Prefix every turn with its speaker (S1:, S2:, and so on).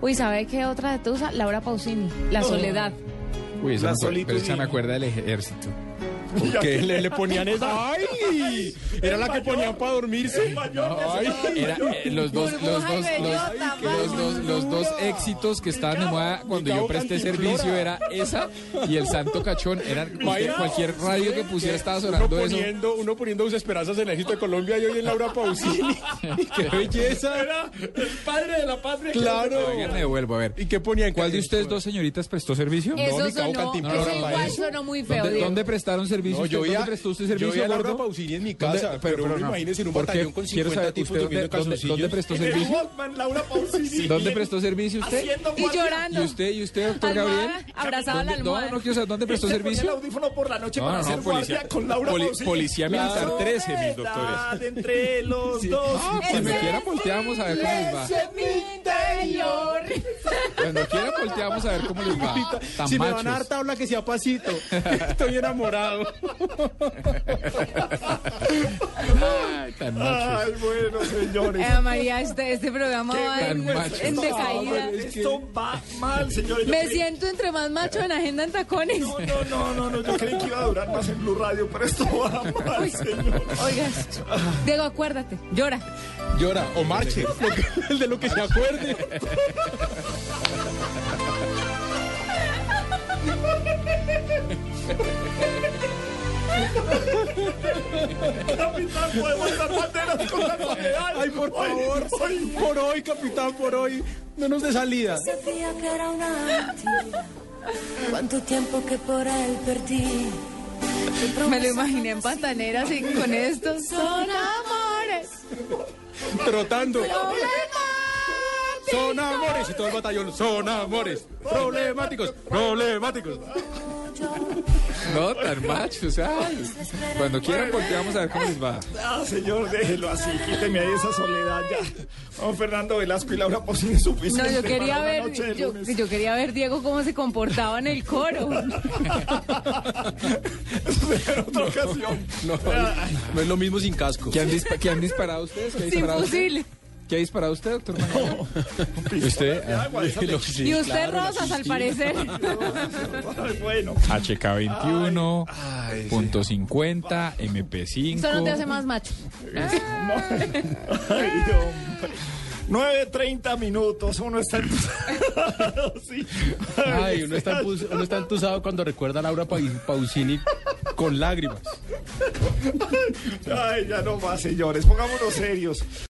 S1: Uy, ¿sabe qué otra de Tusa? Laura Pausini, La
S2: Oh.
S3: No.
S1: Soledad.
S2: Uy, esa,
S3: La
S2: me, acuer- pero
S3: solitud
S2: esa me
S3: y-
S2: acuerda del ejército. Porque le, le ponían esa. ¡Ay! Era la que ponían para dormirse. Ay, era, eh, los dos, los dos,
S1: Burbuja
S2: los,
S1: y bellota,
S2: los dos, los dos éxitos que estaban de moda cuando yo presté servicio era esa y el Santo Cachón. Era cualquier, cualquier radio que pusiera estaba sonando
S4: uno
S2: eso.
S4: poniendo, Uno poniendo sus esperanzas en el ejército de Colombia y hoy en Laura Pausini.
S2: ¡Qué belleza!
S4: Padre de la patria.
S2: Pero
S4: Claro.
S2: venga, me devuelvo, a ver.
S4: Ah, ¿Y qué ponían?
S2: ¿Cuál de ustedes dos señoritas prestó servicio?
S1: Eso
S4: ni
S1: sonó,
S4: Cabo Cantimplora
S1: eso
S4: para
S1: igual
S4: eso.
S1: sonó muy feo.
S2: ¿Dónde,
S1: Diego.
S2: dónde prestaron servicio?
S4: No,
S2: ¿Usted-
S4: yo vi a,
S2: ¿Dónde prestó usted
S4: yo
S2: servicio,
S4: vi a Laura
S2: gordo?
S4: Pausini en mi
S2: ¿Dónde-
S4: casa, pero, uno
S2: no.
S4: imagínese en un
S2: ¿Por qué?
S4: batallón con
S2: Quiero
S4: 50
S2: saber,
S4: tipos
S2: ¿usted
S4: durmiendo en
S2: dónde-
S4: calzoncillos.
S2: dónde prestó
S4: En el
S2: servicio?
S4: Walkman, Laura Pausini.
S2: ¿Dónde prestó servicio usted?
S4: Haciendo
S1: Y
S4: guardia.
S1: llorando.
S2: ¿Y usted, y usted, doctor Gabriel?
S1: Almohada, abrazada a la
S2: ¿Dónde-
S1: almohada.
S2: No, no quiero saber dónde prestó
S4: Se ponía
S2: servicio.
S4: el audífono por la noche
S2: No,
S4: para
S2: no,
S4: hacer
S2: no,
S4: guardia con Laura
S2: Poli-
S4: Pausini.
S2: policía militar
S4: La
S2: 13, mis
S4: soledad
S2: doctores.
S4: Entre los dos.
S2: Si me
S1: Ese
S2: quieran
S1: es
S2: volteamos a ver cómo les va.
S4: Ese es mi interior.
S2: Cuando quieran volteamos a ver cómo les va. Tan
S4: si me van a dar
S2: machos.
S4: tabla que sea pasito. Estoy enamorado.
S2: Ay, tan machos.
S4: bueno, señores.
S1: Eh, María, este, este programa va en,
S2: tan macho.
S1: en decaída.
S4: Ah, Esto va mal, señores. Yo
S1: Me
S4: creí-
S1: siento entre más macho en agenda en tacones.
S4: No, no, no, no, no, yo creí que iba a durar más en Blue Radio, pero esto va mal, señor.
S1: Oiga, Diego, acuérdate, llora.
S2: Llora o marche.
S4: El de lo que se acuerde. Capitán, podemos estar banderas con la soledad. Ay, por favor, por hoy, capitán, por hoy. No nos dé salida.
S5: Sabía que era una mentira. Cuánto tiempo que por él perdí.
S1: Me lo imaginé en pantaneras y con esto son amores.
S4: Trotando.
S1: Problemáticos.
S4: Son amores y todo el batallón. Son amores. Problemáticos. Problemáticos.
S2: No, tan machos. Ay. Cuando quieran volteamos a ver cómo les va.
S4: Ah, señor, déjelo así, quíteme ahí esa soledad ya. Vamos, Fernando Velasco y Laura Posini suficiente.
S1: No, yo quería
S4: para una
S1: ver,
S4: noche de
S1: yo,
S4: lunes.
S1: yo quería ver Diego cómo se comportaba en el coro.
S4: Eso será en otra ocasión.
S2: No,
S4: No es lo mismo sin casco.
S2: ¿Qué han, dispa- qué han disparado ustedes? ¿Qué ha
S1: Sin
S2: disparado usted?
S1: fusil.
S2: ¿Qué ha disparado usted, doctor? Mañana?
S4: Usted.
S1: Y usted rosas al parecer.
S4: Bueno.
S2: HK21,
S4: Ay,
S2: punto 50, MP5.
S1: Eso no te hace más macho.
S4: Ay, hombre. 9.30 minutos, uno está en... sí.
S3: Ay, uno está, empus- uno está entusado cuando recuerda a Laura Pau- Pausini con lágrimas.
S4: Ay, ya no más, señores, pongámonos serios.